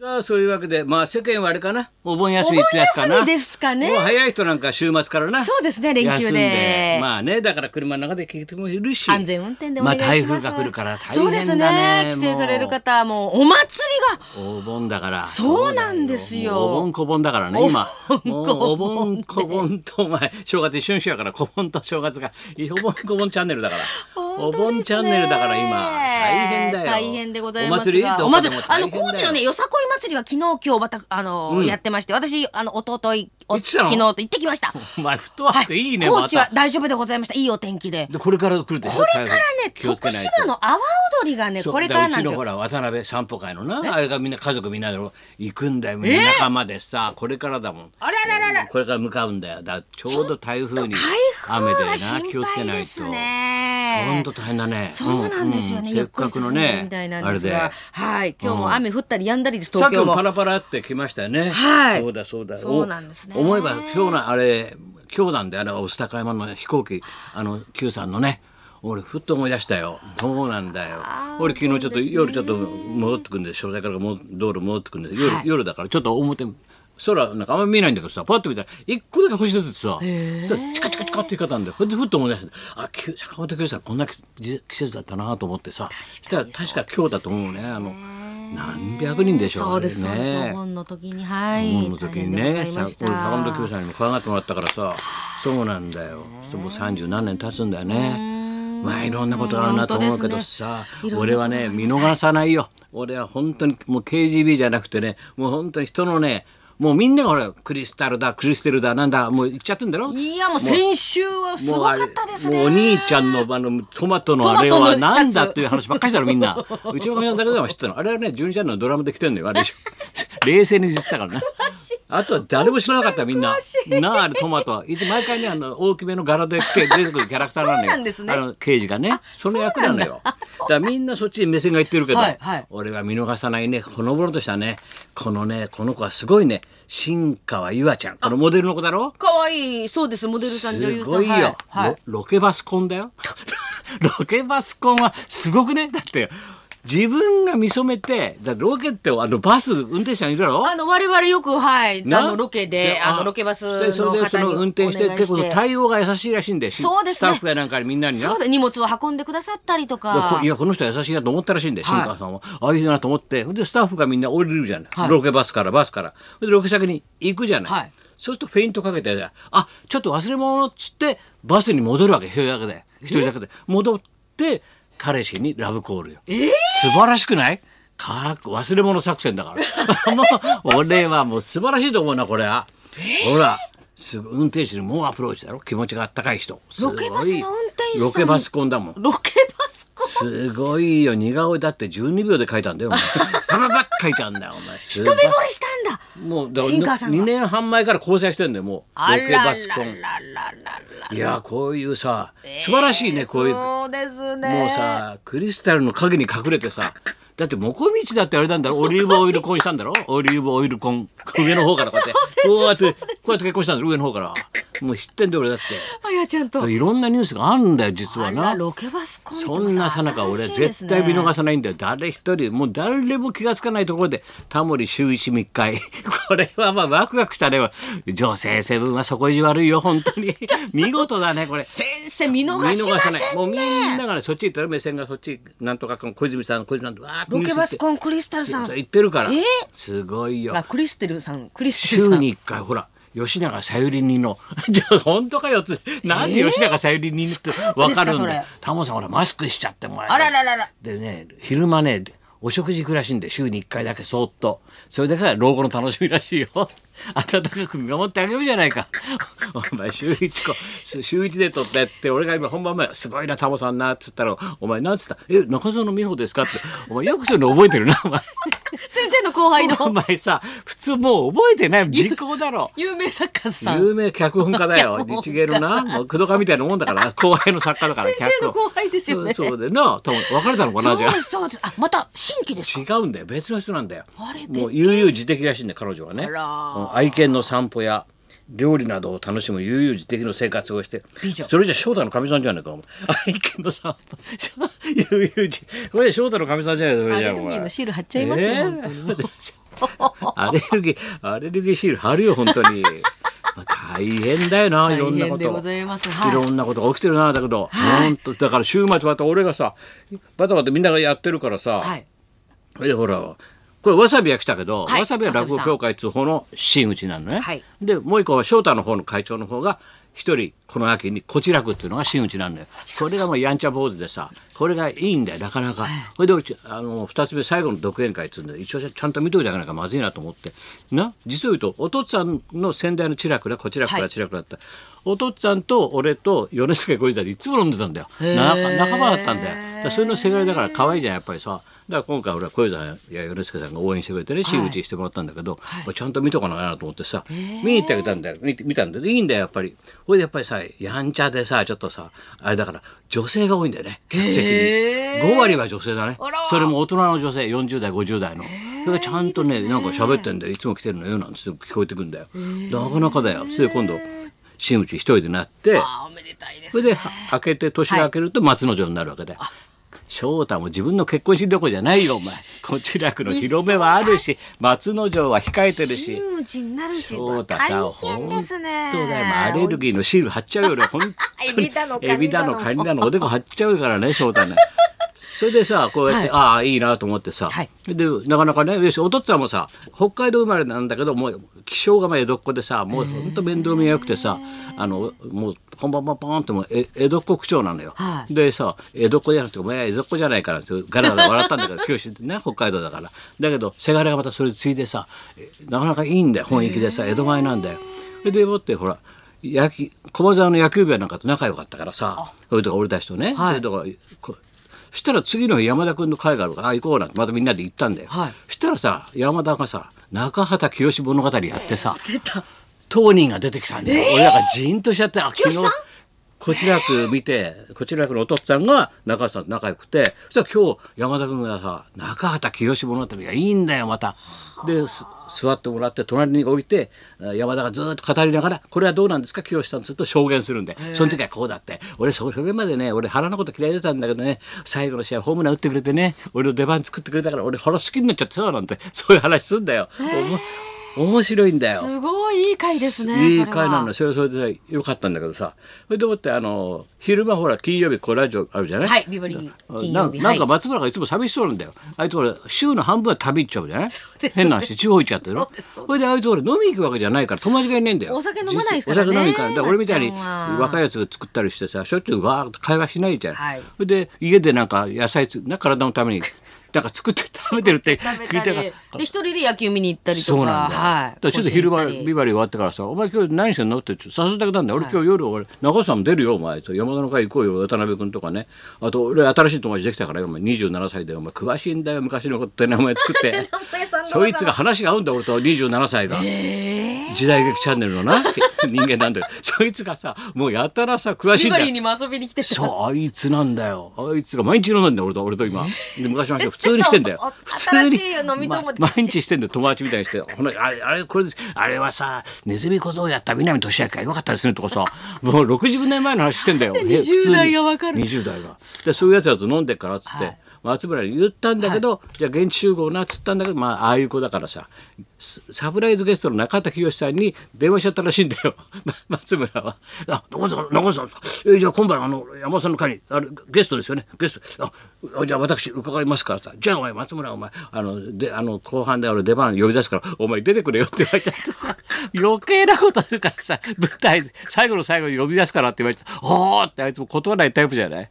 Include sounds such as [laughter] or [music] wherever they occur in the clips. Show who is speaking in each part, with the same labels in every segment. Speaker 1: さあそういうわけでまあ世間はあれかなお盆休
Speaker 2: お
Speaker 1: みっ
Speaker 2: 盆
Speaker 1: てやつか
Speaker 2: 休
Speaker 1: な
Speaker 2: みですかね
Speaker 1: もう早い人なんか週末からな
Speaker 2: そうですね連
Speaker 1: 休
Speaker 2: 休で
Speaker 1: んでまあねだから車の中で聞いてもいるし
Speaker 2: 安全運転でお願いします、
Speaker 1: まあ、台風が来るから大変だね
Speaker 2: そうですね帰省される方はもうお祭りが
Speaker 1: お盆だから
Speaker 2: そうなんですよ
Speaker 1: もうお盆小盆だからね今
Speaker 2: お盆
Speaker 1: もうお
Speaker 2: 小盆
Speaker 1: 盆小盆とお前正月一瞬一緒やから小盆と正月がお盆小盆チャンネルだからお
Speaker 2: 本当ですね
Speaker 1: 盆チャンネルだから今大変だよ
Speaker 2: 大変でございますが
Speaker 1: お祭りど
Speaker 2: お
Speaker 1: こでも
Speaker 2: 祭りあ
Speaker 1: 大
Speaker 2: の
Speaker 1: 変だよ
Speaker 2: 高知のねよさこい祭りは昨日今日わたあの、やってまして私あの一昨日お
Speaker 1: 行ってたの
Speaker 2: 昨日と行ってきました
Speaker 1: お前フットワークいいね、
Speaker 2: 高
Speaker 1: ま
Speaker 2: 知は
Speaker 1: た
Speaker 2: 大丈夫でございましたいいお天気で
Speaker 1: でこれから来るでしょこ
Speaker 2: これからね徳島の阿波踊りがねこれからなん
Speaker 1: う
Speaker 2: です
Speaker 1: ちの
Speaker 2: よ
Speaker 1: ほら渡辺散歩会のなあれがみんな家族みんなで行くんだよみんな仲間でさこれからだもん
Speaker 2: あらららら
Speaker 1: これから向かうんだよだちょうど台風に
Speaker 2: 台
Speaker 1: 雨で
Speaker 2: 風が
Speaker 1: な気
Speaker 2: 心
Speaker 1: をつけ
Speaker 2: 配
Speaker 1: ない
Speaker 2: です
Speaker 1: と。
Speaker 2: ね
Speaker 1: 本当大変だね。
Speaker 2: そうなんですよね、
Speaker 1: うんせ
Speaker 2: ゆっ
Speaker 1: っ
Speaker 2: くり
Speaker 1: か
Speaker 2: 進
Speaker 1: く
Speaker 2: ん
Speaker 1: の
Speaker 2: でる
Speaker 1: ね
Speaker 2: みたい、な
Speaker 1: あ
Speaker 2: んで
Speaker 1: れ
Speaker 2: す
Speaker 1: で。
Speaker 2: が、はい、今日も雨降ったりやんだりです、
Speaker 1: さっ
Speaker 2: 東
Speaker 1: き
Speaker 2: 京
Speaker 1: もパ
Speaker 2: も。
Speaker 1: ラパラってきましたよね。
Speaker 2: はい
Speaker 1: そうだそうだ。
Speaker 2: そうなんですね
Speaker 1: お思えば今日のあれ今日なんであれ御巣鷹山の飛行機あの Q さんのね。俺ふっと思い出したよそうなんだよ俺昨日ちょっと、夜ちょっと戻ってくるんで所在からもう道路戻ってくるんで夜,、夜だからちょっと表空なんかあんま見えないんだけどさパッと見たら一個だけ星出ててさそしたらチカチカチカって光ったんだよそれでふっと思い出したあきゅ坂本九さんこんな季季節だったなと思ってさしたら確か今日だと思うねあの何百人でしょ
Speaker 2: そうです、そうです、お盆の時に、はい。
Speaker 1: 本の時に
Speaker 2: 大
Speaker 1: ね、
Speaker 2: 変で
Speaker 1: さこ
Speaker 2: ございま
Speaker 1: れ
Speaker 2: した
Speaker 1: 坂本九さんにも可愛がってもらったからさ、そうなんだよ。もう三十何年経つんだよね。まあいろんなことがあるなと思うけどさ
Speaker 2: 本当ですねい、ろんなこと
Speaker 1: 俺はね見逃さないよ。俺は本当にもう KGB じゃなくてね、もう本当に人のね、もうみんながほらクリスタルだクリステルだなんだもう言っちゃってんだろ。
Speaker 2: いや、もう先週はすごかったです
Speaker 1: もうあれもうお
Speaker 2: ね。
Speaker 1: 兄ちゃんのあのトマトのあれ
Speaker 2: トマ
Speaker 1: は
Speaker 2: トのシャ
Speaker 1: な
Speaker 2: ツ
Speaker 1: んだっていう話ばっかりしたのみん [laughs] なうちのかみさんだけでも知ってたのあれはね純ちゃんのドラムで来てんのよあれ [laughs] 冷静に言ってたからなあとは誰も知らなかったみんななああれトマトはいつ毎回ねあの大きめの柄で来て出てくるキャラクターなのよ
Speaker 2: そうなんですね
Speaker 1: あの刑事がねその役なのよだからみんなそっちに目線がいってるけど、
Speaker 2: はいはい
Speaker 1: 俺は見逃さないねほのぼのとしたねこのねこの子はすごいね新川優愛ちゃんこのモデルの子だろ
Speaker 2: 可愛い、そうです、モデルさん、女優
Speaker 1: す
Speaker 2: さん。
Speaker 1: ごいよ、
Speaker 2: ははい
Speaker 1: ロ。ロケバスコンだよ [laughs] ロケバスコンはすごくねだって自分が見初めてだロケってあのバス運転手さんいるだろ
Speaker 2: あの、我々よく、はい、あ
Speaker 1: な
Speaker 2: の、ロケで、あの、ロケバス
Speaker 1: それそ
Speaker 2: の
Speaker 1: れでそ
Speaker 2: 方に
Speaker 1: の運
Speaker 2: お願い
Speaker 1: 転して結
Speaker 2: し
Speaker 1: 構
Speaker 2: て。
Speaker 1: 対応が優しいらしいんで
Speaker 2: そうですね
Speaker 1: スタッフやなんかにみんなにな
Speaker 2: そうで、荷物を運んでくださったりと
Speaker 1: いやこ
Speaker 2: か
Speaker 1: い。やこの人は優しいなと思ったらしいんで、
Speaker 2: はい
Speaker 1: 新川さんはああいうなと思ってほんでスタッフがみんな降りるじゃない、
Speaker 2: はい
Speaker 1: ロケバスからバスからほんでロケ先に行くじゃない、
Speaker 2: はい
Speaker 1: そうするとフェイントかけてあちょっと忘れ物っつってバスに戻るわけ一人だけで一人だけで戻って彼氏にラブコールよ、素晴らしくないかっこ忘れ物作戦だから
Speaker 2: [laughs]
Speaker 1: もう俺はもう素晴らしいと思うなこれは、ほらすぐ運転手にもうアプローチだろ気持ちがあったかい人
Speaker 2: ロケバスの運転
Speaker 1: す
Speaker 2: 手さん
Speaker 1: ごいロケバスコンだもん
Speaker 2: ロケバスコ
Speaker 1: すごいよ似顔絵だって12秒で描いたんだよお前パパパッ描いたんだよお前一
Speaker 2: 一目惚れしたんだ。
Speaker 1: もうだ
Speaker 2: 新川さんが
Speaker 1: 2年半前から交際してんだよも
Speaker 2: あ
Speaker 1: うロ
Speaker 2: ら
Speaker 1: ケ
Speaker 2: らら
Speaker 1: バスコン
Speaker 2: ららら。
Speaker 1: いやこういうさ素晴らしいねこういう
Speaker 2: そうですね。
Speaker 1: もうさクリスタルの影に隠れてさだってもこみちだってあれなんだろオリーブオイル婚したんだろオリーブオイル婚上の方からこうやってこうやってこうやって結婚したんだろ上の方からもう知ってんだよ俺だって
Speaker 2: あやちゃんと。
Speaker 1: いろんなニュースがあるんだよ実は
Speaker 2: あ
Speaker 1: な
Speaker 2: らロケバスコンってこ
Speaker 1: そ
Speaker 2: と
Speaker 1: んなさなか俺は絶対見逃
Speaker 2: 新しいですね
Speaker 1: さないんだよ誰一人もう誰も気がつかないところでタモリ週一密会 [laughs] これはまあワクワクしたね女性セブンは底意地悪いよ本当
Speaker 2: [laughs]
Speaker 1: に見事だねこれ
Speaker 2: 先生見逃しませんね
Speaker 1: もうみんながねそっち行ったら目線がそっちなんとか君小泉さん小泉さんわーって
Speaker 2: ロケバスコンクリスタルさん。
Speaker 1: 行ってるから
Speaker 2: えー
Speaker 1: すごいよ
Speaker 2: あクリステルさんクリステルさ
Speaker 1: 週
Speaker 2: ん。
Speaker 1: に一回ほら吉永小百合にの [laughs] じゃあ本当かよつなんで吉永小百合にってわかるんだ
Speaker 2: スクープですかそれ
Speaker 1: よタモさんほらマスクしちゃっても
Speaker 2: あらららら。
Speaker 1: でね昼間ねお食事行くらしいんで週に1回だけそーっとそれだけが老後の楽しみらしいよ [laughs] 温かく見守ってあげようじゃないか [laughs] お前週一こ週一で撮ってって俺が今本番前「すごいなタモさんな」っつったら「お前なんつったえ中園美穂ですか?」ってお前よくそういうの覚えてるな [laughs] お前
Speaker 2: 先生の後輩の [laughs]
Speaker 1: お前さ普通もう覚えてない時効だろ
Speaker 2: 有名作家さん。
Speaker 1: 有名脚本家だよ
Speaker 2: 脚本家
Speaker 1: 日芸のなもう工藤家みたいなもんだ [laughs] から後輩の作家だから
Speaker 2: 先生の
Speaker 1: 脚本
Speaker 2: 後輩ですよね。
Speaker 1: そうそうでな多分別れたのか
Speaker 2: そ
Speaker 1: な
Speaker 2: う
Speaker 1: じ
Speaker 2: で
Speaker 1: ゃあ
Speaker 2: すそうです。あまた新規です
Speaker 1: 違
Speaker 2: か。
Speaker 1: うんだよ別の人なんだよ
Speaker 2: あれ
Speaker 1: もう悠々自適らしいんだよ彼女はね
Speaker 2: あら
Speaker 1: うん愛犬の散歩や料理などを楽しむ悠々自適の生活をして
Speaker 2: 美女
Speaker 1: それじゃ翔太のかみさんじゃないかお前愛犬の散歩 [laughs] 悠々自これじゃ翔太のかみさんじゃないかそれ
Speaker 2: ア
Speaker 1: じゃ
Speaker 2: レ
Speaker 1: お
Speaker 2: ルギー
Speaker 1: 前
Speaker 2: のシール貼っちゃいますよ。
Speaker 1: え
Speaker 2: 本当に
Speaker 1: ーアレルギーアレルギーシール貼るよ本当
Speaker 2: [laughs]
Speaker 1: にまあ大変だよないろんなこ
Speaker 2: 大変で
Speaker 1: と
Speaker 2: ございますはい
Speaker 1: いろんなことが起きてるなだけど、本当だから週末また俺がさバタバタみんながやってるからさ、
Speaker 2: はい。
Speaker 1: いやほらこれわさびは来たけど、
Speaker 2: はい
Speaker 1: わさびは落語協会通報の真打ちなのね、
Speaker 2: はい
Speaker 1: でもう一個は翔太の方の会長の方が一人この秋にこちらくっていうのが真打ちなんだよこれがもうやんちゃ坊主でさこれがいいんだよなかなか、それでうちあの2つ目最後の独演会っつうんで一応ちゃんと見といてあげなきゃまずいなと思ってな実を言うとお父さんの先代のチラクラこちらく
Speaker 2: は
Speaker 1: ら
Speaker 2: い
Speaker 1: チラクラだった、お父さんと俺と米助ご時代でいつも飲んでたんだよな
Speaker 2: へー
Speaker 1: 仲間だったんだよだからそれのせがれだから可愛いじゃんやっぱりさだから今回俺は小遊三や米助さんが応援してくれてね真打ちしてもらったんだけど、これちゃんと見とかなきゃなと思ってさ見に行ってあげたんだよ見て見たんだよいいんだよやっぱりこれでやっぱりさやんちゃでさちょっとさあれだから女性が多いんだよね客席に
Speaker 2: へ
Speaker 1: 5割は女性だね
Speaker 2: あら
Speaker 1: それも大人の女性40代50代のそれがちゃんとねなんか喋ってんだよいつも来てるのよなんつって聞こえてくんだよなかなかだよそれで今度真打ち一人でなって
Speaker 2: ああ、おめでたいで
Speaker 1: そ
Speaker 2: す
Speaker 1: れ
Speaker 2: ね。
Speaker 1: で開けて年が明けると松之丞になるわけで、翔太も自分の結婚式どころじゃないよお前こちらくの広めはあるし松之丞は控えてるし
Speaker 2: 真打ちになるし、
Speaker 1: 翔
Speaker 2: 大
Speaker 1: 太さん
Speaker 2: 変
Speaker 1: 本
Speaker 2: ですね。
Speaker 1: 当だよアレルギーのシール貼っちゃうよ俺本当に
Speaker 2: [laughs] エビだの
Speaker 1: エビだの
Speaker 2: カ
Speaker 1: カ
Speaker 2: ニ
Speaker 1: ニだ
Speaker 2: だの
Speaker 1: のおでこ貼っちゃうからね翔
Speaker 2: [laughs]
Speaker 1: 太ねそれでさこうやって、ああいいなと思ってさ、
Speaker 2: はい
Speaker 1: でなかなかねよしお父っつぁんもさ北海道生まれなんだけどもう気性がまあ江戸っ子でさもうほんと面倒見がよくてさあのもうポンポンポンポンってもうえ江戸っ子口調なのよ、
Speaker 2: はい
Speaker 1: でさ江戸っ子じゃなくてお前江戸っ子じゃないからってガラガラ笑ったんだけど九州ってね北海道だからだけどせがれがまたそれついでさえなかなかいいんだよ本域でさ江戸前なんだよそれでもってほら野球駒沢の野球部やなんかと仲良かったからさそれとか俺たちとね、
Speaker 2: はい
Speaker 1: それとかこそしたら次の日山田君の会があるからあ行こうなんてまたみんなで行ったんだよ、
Speaker 2: はい
Speaker 1: そしたらさ山田がさ中畑清物語やってさ
Speaker 2: 出た。
Speaker 1: 当人が出てきたんだよ、俺らがジーンとしちゃってあ昨日
Speaker 2: 清さん
Speaker 1: こちらく見てこちらくのお父さんが中畑さんと仲良くてそしたら今日山田君がさ中畑清物語がいいんだよまた。です座ってもらって隣に置いてあ山田がずーっと語りながら「これはどうなんですか清さん」ずっと証言するんでその時はこうだって俺そそれまでね俺原のこと嫌いだったんだけどね最後の試合ホームラン打ってくれてね俺の出番作ってくれたから俺原好きになっちゃってさなんてそういう話すんだよ。おも面白いんだよ。
Speaker 2: すごいいい回ですね。
Speaker 1: いい会なの
Speaker 2: で
Speaker 1: よそれはそれでよかったんだけどさそれでもってあの昼間ほら金曜日こうラジオあるじゃない、
Speaker 2: はい、ビバリー金
Speaker 1: な
Speaker 2: 曜日。
Speaker 1: なんか
Speaker 2: はい
Speaker 1: 松村がいつも寂しそうなんだよ、あいつほら週の半分は旅行っちゃうじゃない
Speaker 2: そうです
Speaker 1: 変な話地方行っちゃってる
Speaker 2: そうですそうです
Speaker 1: それであいつ俺飲み行くわけじゃないから友達がいないんだよ
Speaker 2: お酒飲まないですからね
Speaker 1: お酒飲みからだから俺みたいに
Speaker 2: なっちゃんは
Speaker 1: 若いやつが作ったりしてさしょっちゅうわーっと会話しないじゃん、
Speaker 2: はい
Speaker 1: それで家でなんか野菜つな体のためになんか作って食べてるって
Speaker 2: 食べ
Speaker 1: 聞い
Speaker 2: た
Speaker 1: た
Speaker 2: り
Speaker 1: か
Speaker 2: で
Speaker 1: ら
Speaker 2: 一人で野球見に行ったりとか。
Speaker 1: そうなんだよ。
Speaker 2: はい。
Speaker 1: だからちょっと昼
Speaker 2: 甲子
Speaker 1: 間
Speaker 2: 園行ったり
Speaker 1: ビバリー終わってからさ「お前今日何してんの?」ってちょっと誘ってあげたんだよ。俺今日夜俺中田さんも出るよお前と山田の会行こうよ渡辺君とかねあと俺新しい友達できたからよお前27歳でお前詳しいんだよ昔のことって名前作 [laughs] って
Speaker 2: 前さんの
Speaker 1: そいつが話が合うんだ俺と27歳が。時代劇チャンネルのな [laughs] 人間なんだよそいつがさもうやたらさ詳しい
Speaker 2: ビ
Speaker 1: んだ
Speaker 2: バ
Speaker 1: よ
Speaker 2: リーにも遊びに来てた。
Speaker 1: そうあいつなんだよあいつが毎日飲んでんだよ俺と俺と今で昔の話を普通にしてんだ
Speaker 2: [laughs]
Speaker 1: よ
Speaker 2: おお
Speaker 1: 普通に
Speaker 2: 新しい飲み友達
Speaker 1: ま毎日してんだよ友達みたいにしてほなあれあれこれですあれはさネズミ小僧やった南俊明がよかったですねとかさもう60年前の話してんだよね普通に
Speaker 2: 20代がわかる
Speaker 1: 20代がでそういうやつだと飲んでっからっつって、
Speaker 2: はい
Speaker 1: 松村に言ったんだけど、じゃあ現地集合なっつったんだけどまあああいう子だからさスサプライズゲストの中田清さんに電話しちゃったらしいんだよ [laughs] ま松村は「あ中田さん中田さんえじゃあ今晩あの山本さんの会にあれゲストですよねゲストああじゃあ私伺いますからさじゃあお前松村お前あのであの後半で俺出番呼び出すからお前出てくれよ」って言われちゃってさ余計なことするからさ舞台最後の最後に呼び出すからって言われて「おお!」ってあいつも断らないタイプじゃない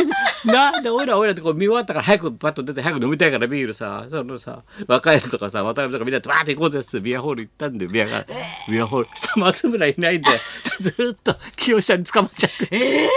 Speaker 1: [laughs] なんでおいらおいらってこう見終わったから早くパッと出て早く飲みたいからビールさそのさ若いやつとかさ渡辺とかみんなでわーって行こうぜっつってビアホール行ったんでビアが、ビアホールしたら松村いないんでずーっと清さんに捕まっちゃって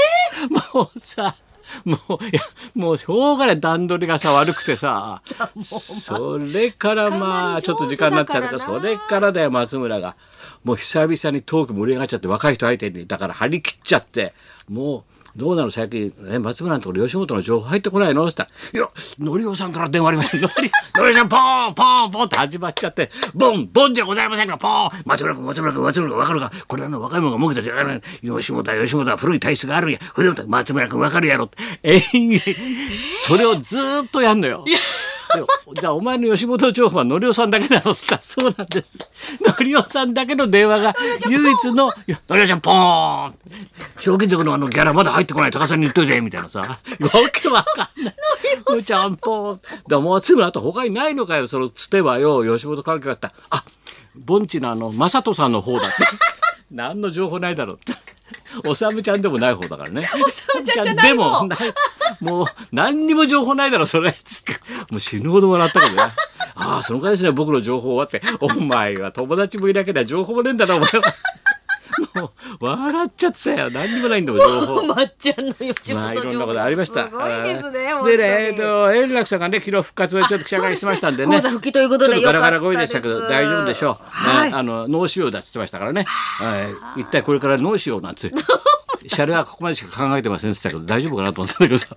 Speaker 1: もうさもういやもうしょうがない段取りがさ悪くて [laughs] さそれからまあちょっと時間になっちゃったから
Speaker 2: 捕まり上手だからな
Speaker 1: それからだよ松村がもう久々にトーク盛り上がっちゃって若い人相手にだから張り切っちゃってもうどうなの最近え松村のところ吉本の情報入ってこないのって言ったら「いやのりおさんから電話ありましたのりのりおさんポーンポーンポーン」って始まっちゃって「ボンボンじゃございませんがポーン松村君松村君松村君分かるかこれはの若い者が儲けたじゃない吉本は吉本は古い体質があるんや古い松村君分かるやろ」って延々それをずーっとやんのよ。じゃあお前の吉本情報はのりおさんだけなのっすか [laughs] そうなんですのりおさんだけの電話が唯一のいや「のりおちゃんポーン!」「ひょうきん族のあのギャラまだ入ってこない高さに言っといて」みたいなさわけわかんない「のりおちゃんポーン!」だもうつむあと他にないのかよそのつてはよ吉本関係だったあ盆地のあの正人さんの方
Speaker 2: [laughs]
Speaker 1: だって何の情報ないだろうって。おさむちゃんでもない方だからね。お
Speaker 2: さむちゃんじゃない
Speaker 1: でも
Speaker 2: 方
Speaker 1: ない [laughs] もう何にも情報ないだろそれつってもう死ぬほど笑ったけどねああその回ですね僕の情報はってお前は友達もいなければ情報もねえんだなお前はもう笑っちゃったよ何にもないんだもん情報
Speaker 2: [laughs] まっちゃんの吉本情報
Speaker 1: まあいろんなことありました。
Speaker 2: すごいですね。
Speaker 1: あ
Speaker 2: 本
Speaker 1: ー
Speaker 2: 当
Speaker 1: で
Speaker 2: に
Speaker 1: ね、えっ、と、円楽さんがね、昨日復活をちょっと記者会見してましたんでね。
Speaker 2: あそうですね高座復帰ということで
Speaker 1: ちょっガラガラ声でしたけ
Speaker 2: よ
Speaker 1: ど、
Speaker 2: かった
Speaker 1: 大
Speaker 2: です
Speaker 1: 丈夫でしょう。
Speaker 2: はい
Speaker 1: ねあの、脳腫瘍だって言ってましたからね。はい、一体これから脳腫瘍なん
Speaker 2: [laughs]
Speaker 1: て。シャレはここまでしか考えてませんって言ってたけど、大丈夫かなと思ったんだけどさ。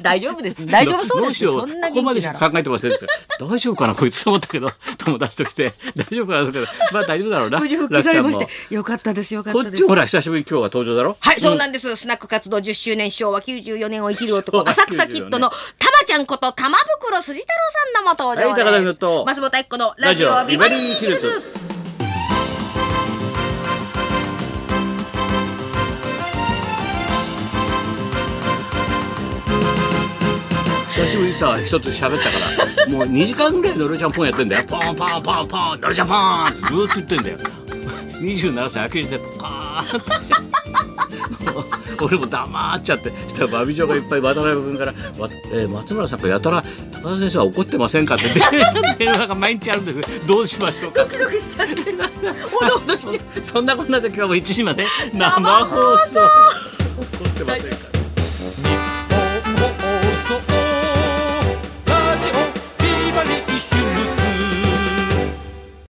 Speaker 2: 大丈夫です。大丈夫そうですよ。
Speaker 1: ど
Speaker 2: そ
Speaker 1: しよ
Speaker 2: ん
Speaker 1: う
Speaker 2: な
Speaker 1: ここま
Speaker 2: 元
Speaker 1: で
Speaker 2: 気
Speaker 1: し
Speaker 2: な。
Speaker 1: から考えてませんって大丈夫かなこいつと思ったけど友達として大丈夫かなと思ったけどまあ大丈夫だろうな
Speaker 2: [laughs] 無事復帰されまし
Speaker 1: 楽ちゃ
Speaker 2: てよかったですよかっ
Speaker 1: んもこ
Speaker 2: た
Speaker 1: っ
Speaker 2: で
Speaker 1: ち
Speaker 2: す。
Speaker 1: ほら久しぶりに今日は登場だろ
Speaker 2: はい、そうなんです。スナック活動10周年昭和94年を生きる
Speaker 1: 昭
Speaker 2: 男、
Speaker 1: 和
Speaker 2: 浅草キッドのたまちゃんこと玉袋筋太郎さんのも登場です。
Speaker 1: はい高田君と
Speaker 2: 松本明子のラジオビバリーヒルズ。
Speaker 1: 久しぶりにさ人と喋ったから [laughs] もう2時間ぐらいのルちゃんポンやってんだよポンポンポンポンのルちゃんポンってずーっと言ってんだよ27歳明けしてポカーンって俺も黙っちゃってしたらバビジョがいっぱい渡辺君から「わえー松村さんからやたら高田先生は怒ってません [laughs] か?」って電話が毎日あるんですけどどうしましょうか
Speaker 2: [laughs] ドキドキしちゃってる。おどおどしちゃう。
Speaker 1: そんなこんなで今日も1時まで生放送